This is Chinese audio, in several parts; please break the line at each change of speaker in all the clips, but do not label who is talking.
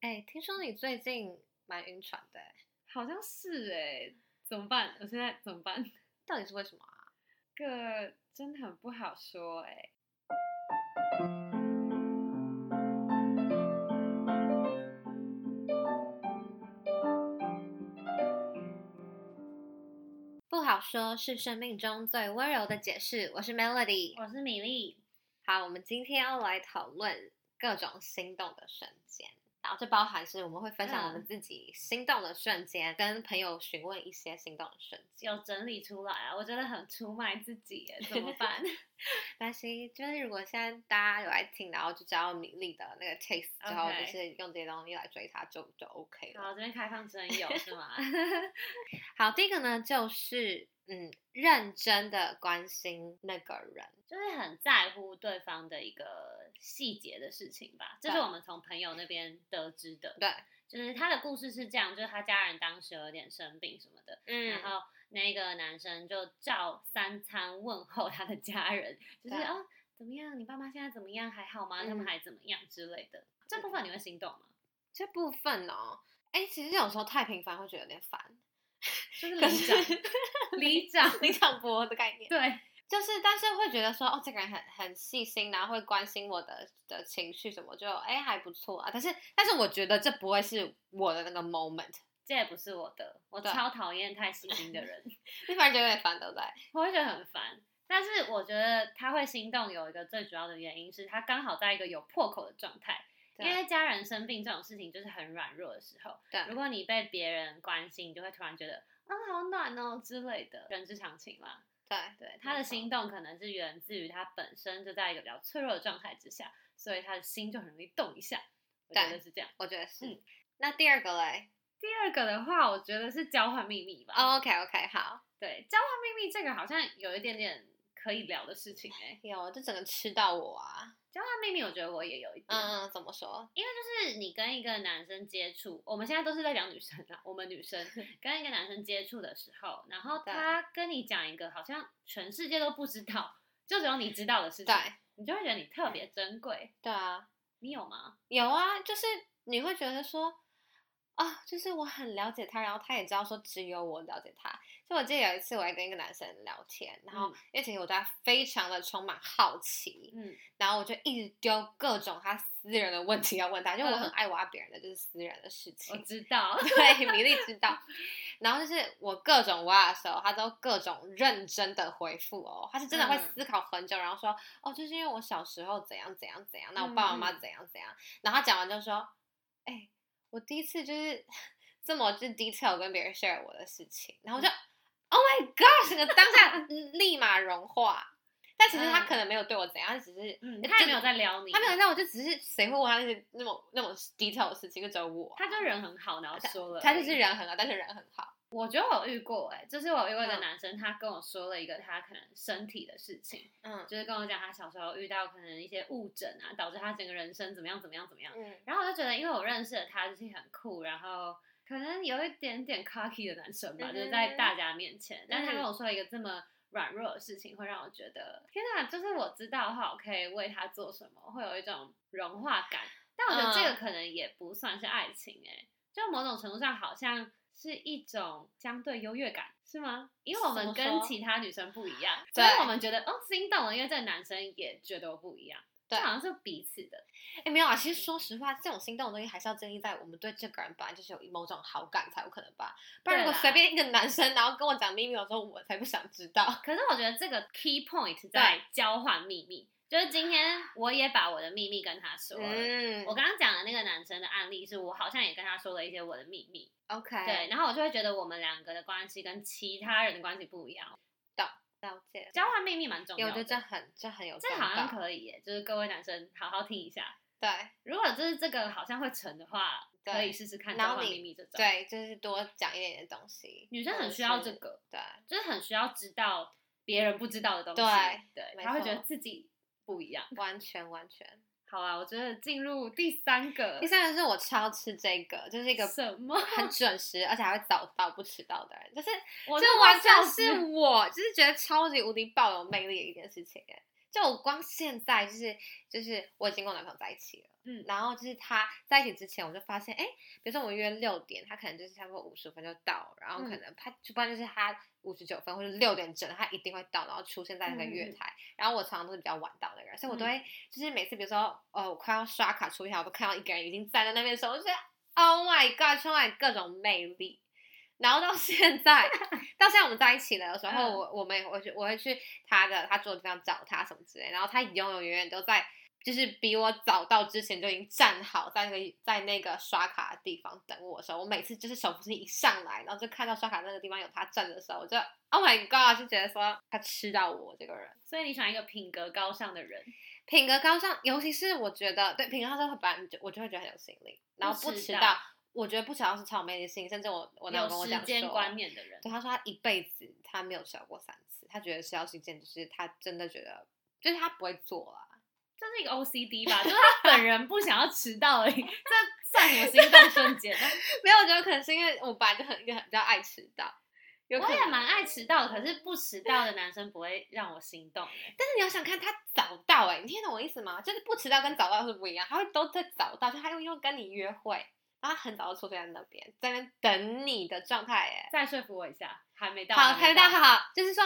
哎、听说你最近蛮晕船的欸，
好像是哎、怎么办？我现在怎么办？
到底是为什么啊？
这个真的很不好说哎、
不好说，是生命中最温柔的解释。我是 Melody，
我是米粒，
好，我们今天要来讨论各种心动的瞬间，然后这包含是我们会分享我们
嗯
自己心动的瞬间，跟朋友询问一些心动的瞬间。
有整理出来啊，我真的很出卖自己哎、怎么办？
但是就是如果现在大家有来听，然后就知道米粒的那个 taste 之后
OK
就是用这些东西来追他就就 OK 了。
好，这边开放真友是吗？
好，第一个呢就是嗯，认真的关心那个人，
就是很在乎对方的一个细节的事情吧，这是
对
我们从朋友那边得知的。
对，
就是他的故事是这样，就是他家人当时有点生病什么的，
嗯，
然后那个男生就照三餐问候他的家人，就是
对
哦怎么样，你爸妈现在怎么样，还好吗？他
嗯
们还怎么样之类的。这部分你会心动吗？
这部分哦，哎，其实有时候太频繁会觉得有点烦，
就是
可
里
是
长，里长，
李长博的概念，
对，
就是但是会觉得说哦，这个人很很细心，然后会关心我的的情绪什么，就哎还不错啊。但是但是我觉得这不会是我的那个 moment，
这也不是我的，我
对
超讨厌太细心的人，
你反而觉得有点烦，对不对？
我会觉得很烦。但是我觉得他会心动，有一个最主要的原因是他刚好在一个有破口的状态，因
对
为家人生病这种事情就是很软弱的时候，
对
如果你被别人关心，你就会突然觉得啊、好暖哦之类的，人之常情啦。
对
对，他
没
的
错
心动可能是源自于他本身就在一个比较脆弱的状态之下，所以他的心就很容易动一下。我觉
对
得是这样。
我觉得是。
嗯
那第二个嘞、
第二个的话，我觉得是交换秘密吧。
o k OK，好，
对，交换秘密这个好像有一点点可以聊的事情哎、
有这整个吃到我啊，
交换秘密，我觉得我也有一点。
嗯嗯，怎么说？
因为就是你跟一个男生接触，我们现在都是在讲女生啊，我们女 生跟一个男生接触的时候，然后
对
他跟你讲一个好像全世界都不知道，就只有你知道的事情
对，
你就会觉得你特别珍贵。
对啊，
你有吗？
有啊，就是你会觉得说，啊、就是我很了解他，然后他也知道说只有我了解他。就我记得有一次，我还跟一个男生聊天，然后
嗯
因为其实我对他非常的充满好奇，
嗯，
然后我就一直丢各种他私人的问题要问他，就我很
嗯
爱挖别人的就是私人的事
我
情。。
知 道
对，米粒知道。然后就是我各种挖的时候，他都各种认真的回复哦，他是真的会
嗯
思考很久，然后说哦，就是因为我小时候怎样怎样怎样，那我爸爸妈
嗯
妈
嗯
怎样怎样。然后他讲完就说，哎，我第一次就是 这么就 detail 跟别人 share 我的事情，然后我就、Oh my God，整个当 下嗯立马融化。但其实他
嗯
可能没有对我怎样，他只是
嗯，
就
他也没有在撩你，
他没有，让我就只是谁会问他那些那么那么 detail 的事情，就只有我。
他就人很好，然后说了而已，
他就是人很好，但是人很好。
我觉得我有遇过哎、就是我有遇过一个
嗯
男生，他跟我说了一个他可能身体的事情，
嗯
就是跟我讲他小时候遇到可能一些误诊啊，导致他整个人生怎么样怎么样怎么样。
嗯，
然后我就觉得，因为我认识的他就是很酷，然后可能有一点点 cocky 的男生吧，就是在大家面前，但是他跟我说一个这么软弱的事情，会让我觉得天哪，就是我知道的话，我可以为他做什么，会有一种融化感。但我觉得这
嗯
个可能也不算是爱情、欸，哎、就某种程度上好像。是一种相对优越感，是吗？因为我
怎
们
么
跟
说
其他女生不一样，所
对
以我们觉得哦心动了，因为这个男生也觉得我不一样，这
对
好像是彼此的。
哎、没有啊。其实说实话，这种心动的东西还是要建立在我们对这个人本来就是有某种好感才有可能吧。不然如
对
果随
啦
便一个男生然后跟我讲秘密，我说我才不想知道。
可是我觉得这个 key point 在交换秘密，就是今天我也把我的秘密跟他说了。
嗯
我刚刚讲的那个男生的案例是我好像也跟他说了一些我的秘密，
，OK，
对，，然后我就会觉得我们两个的关系跟其他人的关系不一样，
了解。
交换秘密蛮重
因为
要
我觉
的。
得这很这很有
这
重
好
要
像可以耶，就是各位男生好好听一下，
对
如果就是这个好像会成的话，
对
可以试试看
然
交
后
换
你
秘密这种。，
对，就是多讲一点点东西。
女生
或
很
者
需要
是
这个，
对
就是很需要知道别人不知道的东西，
对没
对，她会觉得
错
自己不一样。
完全完全。
好啊，我觉得进入第三个，
第三个是我超吃这个，就是一个
什么？
很准时，而且还会早到不迟到的人，就是
我
这
真的
完
快笑
全
死
是我，就是觉得超级无敌欸爆有魅力的一件事情哎。就我光现在就是就是我已经跟我男朋友在一起了，
嗯
然后就是他在一起之前，我就发现，哎，比如说我们约六点，他可能就是差不多五十分就到，然后可
嗯
能他就不然就是他五十九分或者六点整，他一定会到，然后出现在那个
嗯
月
嗯嗯
台。然后我常常都是比较晚到的人，所以我都
嗯
会、就是每次比如说呃我快要刷卡出票，我都看到一个人已经站在那边的时候，我就觉得 Oh my God，充满各种魅力。然后到现 在，到现在我们在一起了，有时候
嗯
我我们也会去我会去他的他住的地方找他什么之类，然后他永永远远都在，就是比我早到之前就已经站好在那个在那个刷卡的地方等我的时候，我每次就是手扶梯一上来，然后就看到刷卡那个地方有他站的时候，我就 Oh my God，就觉得说他吃到我这个人。
所以你喜欢一个品格高尚的人，
品格高尚，尤其是我觉得对品格高尚，本来就我就会觉得很有吸引力，然后不
不迟
迟到
到，
我觉得不迟到是超有魅力的事情，甚至我我男
有
友跟我
时
讲
间
说，
观念的人，
对他说他一辈子他没有迟到过三次，他觉得迟到是一件就是他真的觉得就是他不会做啊啦，
这是一个 OCD 吧？就是他本人不想要迟到而已，这算什么心 动瞬间呢？
没有，我觉得可能是因为我本来就很一个很比较爱迟到，有可
我
能
也蛮爱迟到的，可是不迟到的男生不会让我心动欸。
但是你要想看他早到哎、你听懂我意思吗？就是不迟到跟早到是不一样，他会都在早到，就他又又跟你约会，然后他很早就出现在那边，在那边等你的状态哎、
再说服我一下，还没到，
好，台
没
大好好，就是说，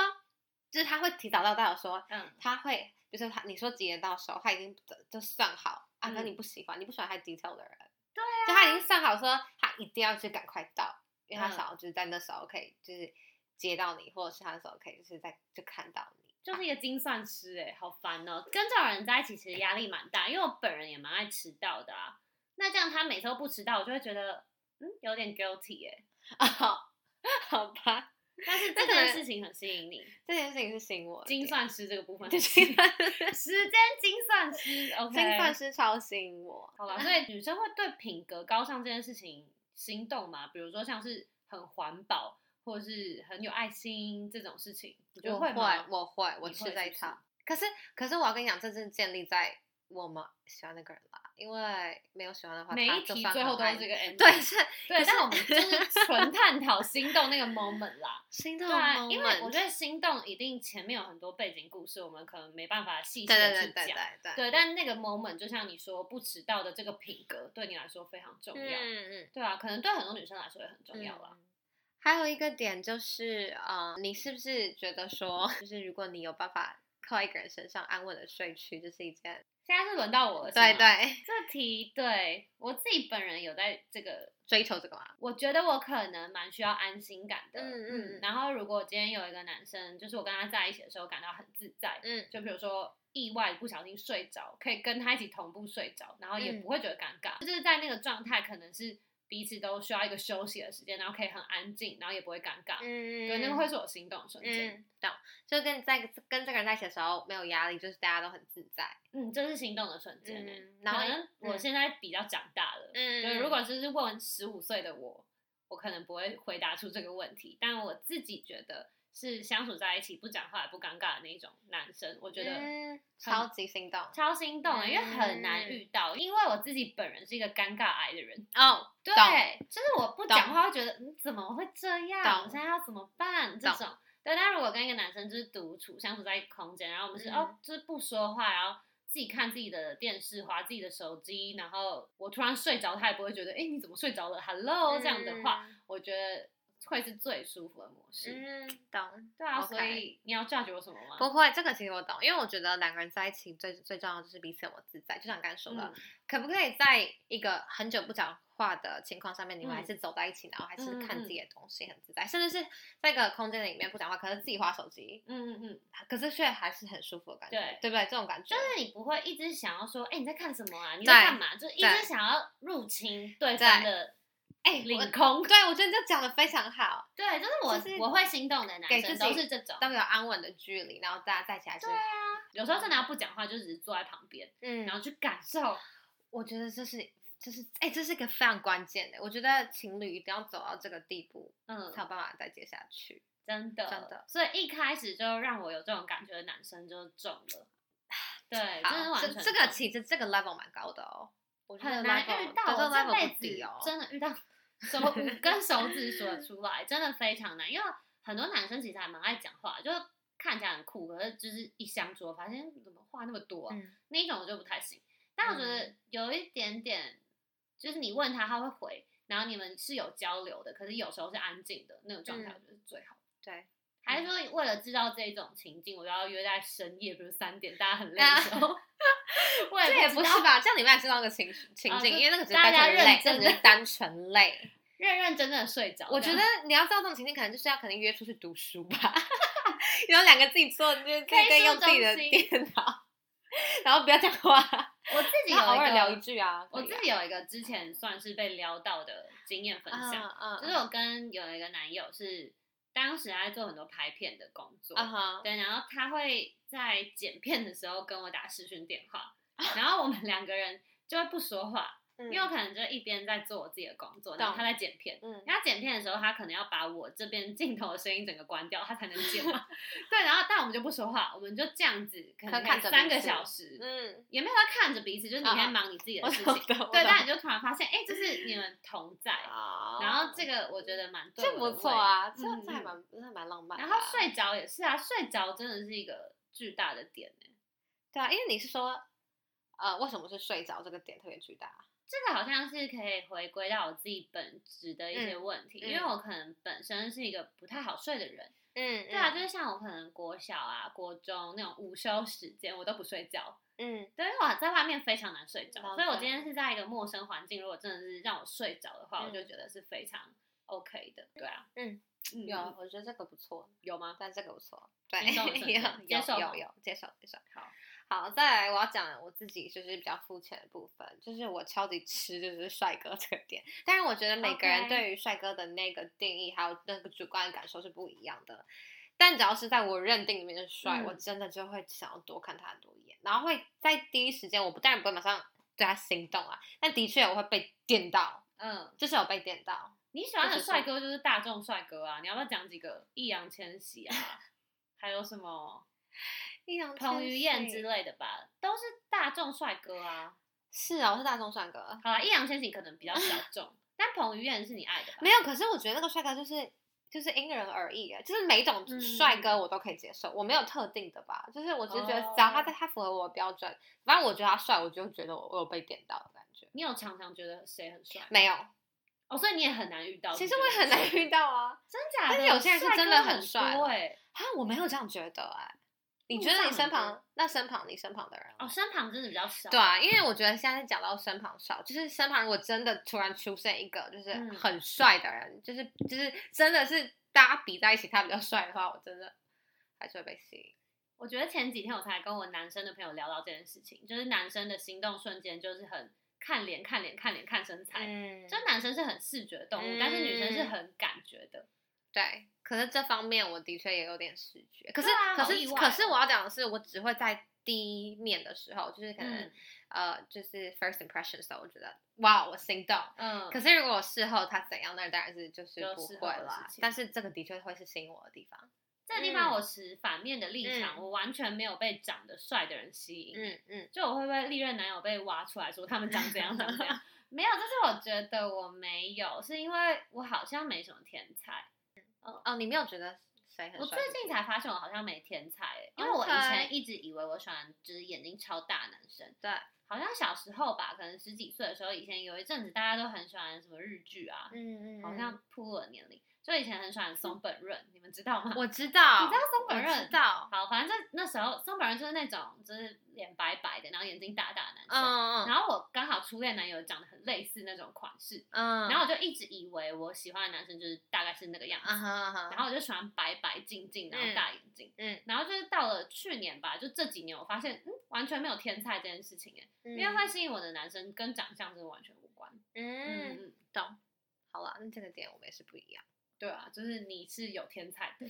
就是他会提早到到说，
嗯，
他会，比如说他你说几点到的时候，他已经就就算好啊，可是
嗯
你不喜欢，你不喜欢太 detail 的人，对啊，就他已经算好说他一定要去赶快到，因为他
嗯
想要就是在那时候可以就是接到你，或者是他那时候可以就是在就看到你。
就是一个精算师哎、好烦哦、跟这种人在一起其实压力蛮大，因为我本人也蛮爱迟到的啊。那这样他每次都不迟到，我就会觉得嗯有点 guilty 哎、
哦，好吧，
但是这
那可能
件事情很吸引你，
这件事情是醒我的
精
点，
算师这个部分
对
很吸引
精
你，
算
时间精算师，OK，
精算师超吸引我。
好了，所以女生会对品格高尚这件事情心动嘛？比如说像是很环保，或是很有爱心这种事情，你觉得
我
会吗？
我会，我
你
吃
会
这
是
一
不
套。可是，可是我要跟你讲，这是建立在我们喜欢那个人啦，因为没有喜欢的话，
每
他
一
就
题
算
最
很
后都
爱
是这
你
个 end，
对，是
对
可，
但
是
我们就是纯探讨心动那个 moment 啦。
心
对
动
啊，
moment
因为我觉得心动一定前面有很多背景故事，我们可能没办法细细
对对
的
对
去
对对
讲。
对
对，但那个 moment 就像你说不迟到的这个品格，对你来说非常重要。
嗯嗯，
对啊，可能对很多女生来说也很重
重
要
要
啦
了。。还有一个点就是，呃，你是不是觉得说，就是如果你有办法靠一个人身上安稳的睡去，这是一件
现在是轮到我了，是
对
吗
对
这题对我自己本人有在这个，
追求这个嘛？
我觉得我可能蛮需要安心感的。
嗯嗯嗯
然后如果今天有一个男生，就是我跟他在一起的时候感到很自在，
嗯
就比如说意外不小心睡着，可以跟他一起同步睡着，然后也
嗯
不会觉得尴尬，就是在那个状态可能是彼此都需要一个休息的时间，然后可以很安静，然后也不会尴尬。
嗯
对，那个会是我心动的瞬间。
嗯，懂。就跟在跟这个人在一起的时候没有压力，就是大家都很自在。
嗯，这是心动的瞬间、欸。
嗯然后
可能我
嗯
现在比较长大了，
嗯
对，如果就是问十五岁的我，我可能不会回答出这个问题，但我自己觉得是相处在一起不讲话也不尴尬的那种男生，我觉得
嗯、超级心动
超心动欸的，因为很难
嗯
遇到，因为我自己本人是一个尴尬癌的人，
哦，
对
懂，
就是我不讲话会觉得嗯怎么会这样，
懂
我现在要怎么办这
懂
种。对，但如果跟一个男生就是独处相处在一个空间，然后我们是、哦
嗯
就是不说话，然后自己看自己的电视，划自己的手机，然后我突然睡着，他也不会觉得哎你怎么睡着了，hello 这样的话，，我觉得会是最舒服的模式。
嗯，懂。
对啊
OK
所以你要 judge 我什么吗？
不会，这个其实我懂，因为我觉得两个人在一起最最重要的就是彼此有没有自在。就像刚才说的，
嗯
可不可以在一个很久不讲话的情况上面，你们还
嗯
是走在一起，然后还是
嗯嗯
看
嗯
自己的东西很自在，甚至是在一个空间里面不讲话，可是自己划手机，
嗯嗯嗯，
可是却还是很舒服的感觉，
对
对不对？这种感觉
就是你不会一直想要说，哎、你在看什么啊？你在干嘛？就一直
对
想要入侵对方
对
的
哎，
领
我
空。
对我觉得你这讲的非常好。
对，就是我
就是
我会心动的
给
男
自
生
己
都是这种。
都有安稳的距离，然后大家在一起还是
对啊，有时候真的要不讲话，就只是坐在旁边，
嗯
然，后去感受。
我觉得这是这是哎、这是一个非常关键的，我觉得情侣一定要走到这个地步，
嗯，
才有办法再接下去。
真的，
真的。
所以一开始就让我有这种感觉的男生就中了。 对，真的
好，
完
这
全
这
中
个其实这个 level 蛮高的哦，我觉得
很难
level-
遇到，
对这
我
个 level
这辈
不低
子
哦，
真的 遇到手五根手指数得出来，真的非常难。因为很多男生其实还蛮爱讲话，就看起来很酷，可是就是一相处，发现怎么话那么多啊、
嗯
那一种我就不太行。但我觉得有一点点，就是你问他他会回，然后你们是有交流的，可是有时候是安静的那种状态，我觉得是最好的。
对，
还是说为了制造这种情境，我就要约在深夜，比如三点，大家很累的时 候。我
这也
啊不
不
知
是
道
吧？这样你们也知道那个情情
啊
境，
就
因为那个只是
大
单
家
纯累那
认，真
个只是单纯累。
认认真真的睡着。
我觉得你要知道这种情境，可能就是要可能约出去读书吧， 然后两个自己坐，就是自己在用自己的
可以说
电脑，然后不要讲话，
我自己有
然后偶尔聊一
句，
句啊。
我
可以
自己有一个之前算是被撩到的经验分
啊
享，
嗯
就是我跟有一个男友是当时他在做很多拍片的工作，
啊哈，
对，然后他会在剪片的时候跟我打视讯电话，然后我们两个人就会不说话，
因
因为我可能就一边在做我自己的工作，然后
懂
他在剪片。
嗯
他剪片的时候，他可能要把我这边镜头的声音整个关掉，他才能剪嘛。 对，然后但我们就不说话，我们就这样子，可能
可看着
三
彼
个
此
小时，
嗯，
也没有在看着彼此，就是你
啊
在
啊
忙你自己的
我
事
懂
情。
的，我
对，
懂
但你就突然发现，哎、就是你们同在，
哦
然后这个我觉得蛮对
这
我
不
的
错
胃
啊，这
嗯
这还
嗯
蛮这还蛮浪漫的啊。
然后睡着也是啊，睡着真的是一个巨大的点欸
对啊，因为你是说，呃，为什么是睡着这个点特别巨大？啊
这个好像是可以回归到我自己本质的一些问题，
嗯嗯
因为我可能本身是一个不太好睡的人。
嗯，
对啊，就是像我可能国小啊、国中那种午休时间，我都不睡觉。
嗯
对，因为我在外面非常难睡着，
了
所以我
解
今天是在一个陌生环境，如果真的是让我睡着的话，我就
嗯
觉得是非常 OK 的。对啊，
嗯
嗯，
有，我觉得这个不错，
有吗？
但这个不错，对，
运动的瞬 间
有
接受
有
吗
有接受接受。
好，
好，再来我要讲我自己就是比较肤浅的部分，就是我超级吃就是帅哥这个点，但是我觉得每个人
OK
对于帅哥的那个定义还有那个主观的感受是不一样的。但只要是在我认定里面的帅，我
嗯
真的就会想要多看他多一眼，然后会在第一时间，我不当然不会马上对他心动啊，但的确我会被电到，
嗯，
就是有被电到。
你喜
这
欢的
只是
帅哥就是大众帅哥啊，你要不要讲几个？易烊千玺啊， 还有什么彭于晏之类的吧，都是大众帅哥啊。
是啊，我是大众帅哥，
好啦，易烊千玺可能比较小众， 但彭于晏是你爱的吧？
没有，可是我觉得那个帅哥就是就是因人而异啊，就是每一种帅哥
嗯
我都可以接受，我没有特定的吧，就是我只是觉得只要他在
哦
他符合我的标准，反正我觉得他帅，我就觉得我我有被点到的感觉。
你有常常觉得谁很帅？
没有，
哦，所以你也很难遇到。
其实
你觉得
我也很难
帅，
遇到啊
真假的？
但是有些人是真的很帅
帅哥很多欸
啊，我没有这样觉得哎、你
路
觉得
上
你身
很多
旁那身旁你身旁的人
哦，
嘞
身旁真的比较少。
对啊，因为我觉得现在讲到身旁少，就是身旁如果真的突然出现一个就是
嗯
很帅的人，就是就是真的是大家比在一起他比较帅的话，我真的还是会被吸引。
我觉得前几天我才跟我男生的朋友聊到这件事情，就是男生的心动瞬间就是很看脸、看脸、看脸、看身材。
嗯
就男生是很视觉动物，但是女生是
嗯
很感觉的。
对。可是这方面我的确也有点视觉，可是、
对啊
可
好
是
意外
可
哦
是我要讲的是，我只会在第一面的时候，就是可能、
嗯
呃就是 first impression 的时候，我觉得哇我心动。
嗯，
可是如果我事后他怎样，那当然是就是
就
不
事
会
后的
啦
事。情
但是这个的确会是吸引我的地方。
这个地方
嗯
我持反面的立场，
嗯
我完全没有被长得帅的人吸引。
嗯嗯，
就我会不会历任男友被挖出来说他们长怎样长怎 样？没有，就是我觉得我没有，是因为我好像没什么天才。
哦，你没有觉得谁很
我
帅
最
吗？
近才发现我好像没天才欸、因为我以
OK
前一直以为我喜欢就是眼睛超大的男生，
对，
好像小时候吧，可能十几岁的时候，以前有一阵子大家都很喜欢什么日剧啊，
嗯嗯
好像扑我的年龄，所以以前很喜欢松本润，你们知道吗？
我知道，
你知道松本
我
润
知道，
好，反正那那时候松本润就是那种就是脸白白的，然后眼睛大大的男生。
嗯嗯
然后我刚好初恋男友长得很类似那种款式，
嗯，
然后我就一直以为我喜欢的男生就是大概是那个样子，
啊哈啊哈，
然后我就喜欢白白净净，
嗯
然后大眼睛，
嗯
然后就是到了去年吧，就这几年我发现，嗯，完全没有天才这件事情哎，
因
因为会吸引我的男生跟长相真的完全无关，
嗯
嗯，
懂，好了，那这个点我们也是不一样。
对啊，就是你是有天才的，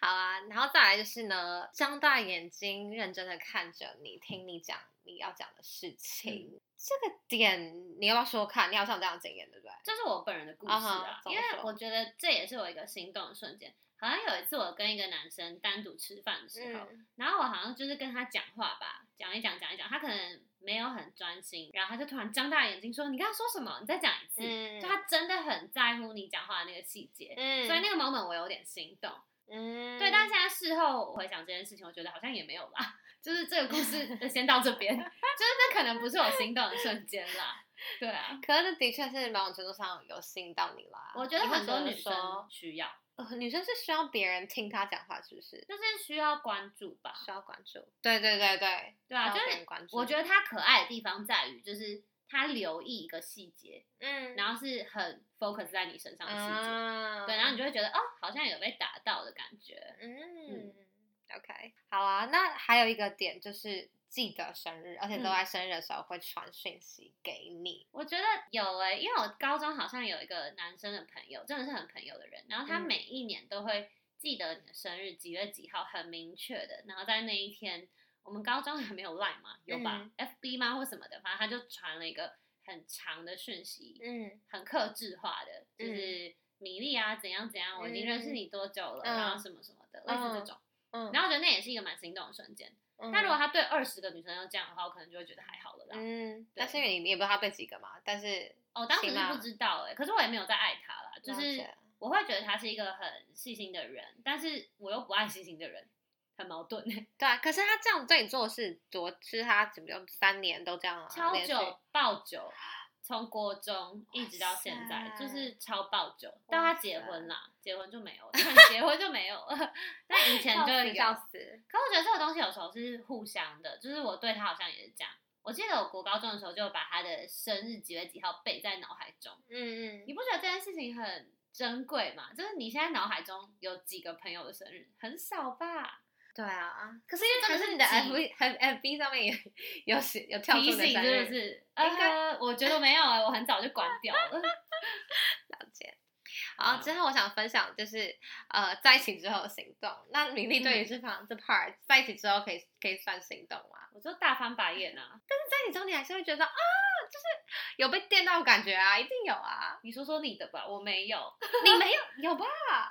好啊，然后再来就是呢，张大眼睛认真的看着你，听你讲你要讲的事情。这个点你要不要说说看？你好像有这样的经验，对不对？
这是我本人的故事
啊哈
啊，
怎
因
么
为
说
我觉得这也是我一个心动的瞬间。好像有一次我跟一个男生单独吃饭的时候，
嗯
然后我好像就是跟他讲话吧，讲一讲讲一讲，他可能没有很专心，然后他就突然张大眼睛说：“你刚刚说什么？你再讲一次。
嗯
就他真的很在乎你讲话的那个细节，
嗯
所以那个 moment 我有点心动。
嗯
对，但现在事后回想这件事情，我觉得好像也没有吧，就是这个故事 就先到这边，就是那可能不是我心动的瞬间啦。对啊，
可是的确是某种程度上有吸引到你啦。
我觉得
你会
很多女
说
生需要，
呃女生是需要别人听她讲话，是不是？
就是需要关注吧。
需要关注。对对对对，
对啊
需要
就是
别人关注。
我觉
得，
得她可爱的地方在于，就是她留意一个细节，
嗯
然后是很 focus 在你身上的细节。
啊，
对，然后你就会觉得哦，好像有被打到的感觉。
嗯，OK，好啊。那还有一个点就是记得生日，而且都
嗯
在生日的时候会传讯息给你。
我觉得有哎、因为我高中好像有一个男生的朋友，真的是很朋友的人，然后他
嗯
每一年都会记得你的生日几月几号，很明确的，然后在那一天，我们高中还没有 Line 嘛，有吧、f b 吗或什么的，反正他就传了一个很长的讯息，
嗯
很克制化的，就
嗯
是米粒啊，怎样怎样，我已经认识
嗯
你多久了，
嗯
然后什么什么的，类似这
嗯
种。
嗯
然后我觉得那也是一个蛮心动的瞬间。
后
但如果他对二十个女生都这样的话，我可能就会觉得还好了啦。
嗯，但是因为你也不知道他对几个嘛，但是
哦，当时
起
是
码
不知道哎、可是我也没有在爱他啦，就
了
是
解
我会觉得他是一个很细心的人，但是我又不爱细心的人，很矛盾、欸，
对啊，可是他这样对你做的事多，就是他怎么就三年都这样啊，
超
连续
久爆酒，从国中一直到现在，
哇塞
就是超爆酒，到他
哇
结
塞
婚啦，结婚就没有了， 结婚就没有了， 但以前
笑
就
死
有。
笑死，
可我觉得这个东西有时候是互相的，就是我对他好像也是这样。我记得我国高中的时候就把他的生日几月几号背在脑海中，
嗯
你
嗯，
不觉得这件事情很珍贵吗？就是你现在脑海中有几个朋友的生日，很少吧？
对啊，可是
因为
可
真的
是
是
你的
记
F B F B 上面也有写有跳
提
出的
醒
生日，
是不是？呃，我觉得没有啊、我很早就关掉了。
了解。好，之后我想分享就是呃在一起之后的行动。那米粒对于
嗯
这方、这 part 在一起之后可以可以算行动吗？
我就大翻白眼啊！
在一起中你还是会觉得啊，就是有被电到的感觉啊，一定有 啊。
你说说你的吧，我没有，
你没有有吧？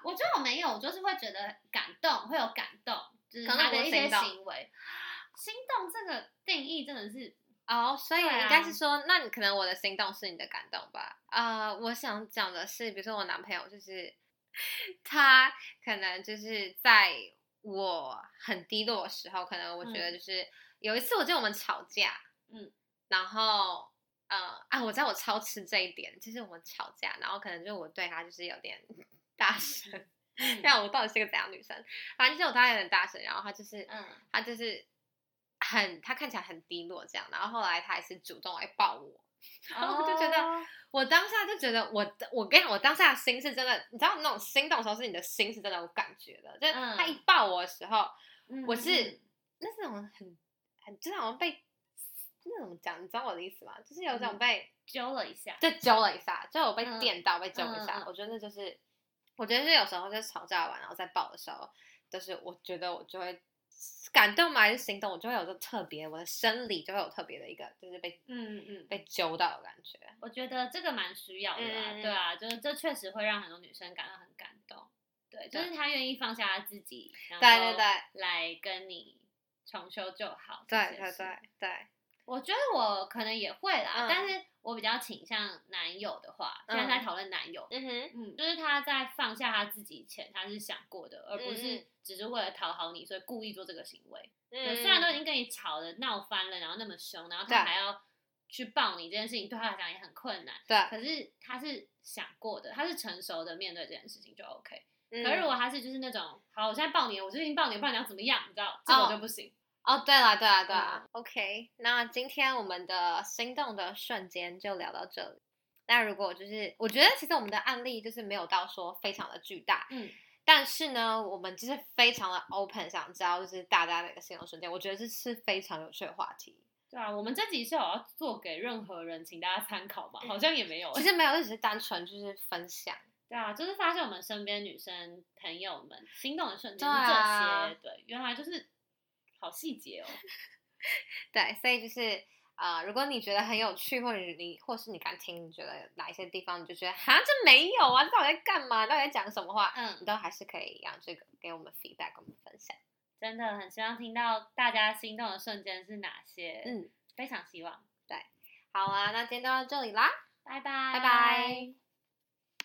我觉得我没有，我就是会觉得感动，会有感动，就是
可能
他的
我
一些
心动
行为。心动这个定义真的是
哦、所以
对啊
应该是说，那你可能我的心动是你的感动吧？啊、我想讲的是，比如说我男朋友，就是他可能就是在我很低落的时候，可能我觉得就是、有一次，我记得我们吵架，
嗯，
然后呃啊，我知道我超吃这一点，就是我们吵架，然后可能就是我对他就是有点 大声，
嗯
那我到底是个怎样的女生？反正就是我对他有点大声，然后他就是
嗯，
他就是很，他看起来很低落这样，然后后来他还是主动来抱我，然后我就觉得
哦
我当下就觉得我的，我跟你讲，我当下的心是真的，你知道那种心动的时候是你的心是真的有感觉的，就是
嗯
他一抱我的时候，
嗯
我是、
嗯
那是那种很很，就是好像被那种讲，你知道我的意思吗？就是有
嗯
种被。
揪了一下，
就揪了一下，就有被
嗯
电到、被揪一
嗯
下
嗯。
我觉得那就是，我觉得是有时候在吵架完然后再抱的时候，就是我觉得我就会感动嘛，还是行动，我就会有这特别，我的生理就会有特别的一个，就是被
嗯嗯嗯，
被揪到的感觉。
我觉得这个蛮需要的啦，
嗯嗯嗯
对啊，就是这确实会让很多女生感到很感动，对，就是她愿意放下她自己，对
对对对，
来跟你重修就好，这
对
些
对
事
对对，
我觉得我可能也会啦，
嗯
但是我比较倾向男友的话，现
嗯
在在讨论男友，
嗯哼，
嗯，就是他在放下他自己前，他是想过的，而不
嗯
是只是为了讨好你，所以故意做这个行为。对，
嗯，
虽然都已经跟你吵的闹翻了，然后那么凶，然后他
对啊
还要去抱你这件事情，对他来讲也很困难。
对，
可是他是想过的，他是成熟的面对这件事情就 OK。
嗯
可是如果他是就是那种，好，我现在抱你了，我就已经抱你了，不然你要怎么样？你知道，这个
哦
我就不行。
哦，对了对了对
嗯
了、o k 那今天我们的心动的瞬间就聊到这里。那如果就是，我觉得其实我们的案例就是没有到说非常的巨大，
嗯，
但是呢，我们就是非常的 open，想知道就是大家的一个心动瞬间，我觉得这是非常有趣的话题。
对啊，我们这集是有要做给任何人，请大家参考嘛？好像也没有、
嗯
欸
其实没有，这只是单纯就是分享。
对啊，就是发现我们身边女生朋友们心动的瞬间
对
是这些，
啊
对，原来就是好细节哦。
对，所以就是啊、呃如果你觉得很有趣，或者你或是你刚听，你觉得哪一些地方你就觉得哈这没有啊，这到底在干嘛？到底在讲什么话？你
嗯，
都还是可以一样，这个给我们 feedback，跟我们分享。
真的很希望听到大家心动的瞬间是哪些，
嗯，
非常希望。
好啊，那今天就到这里啦。
拜拜，
拜拜。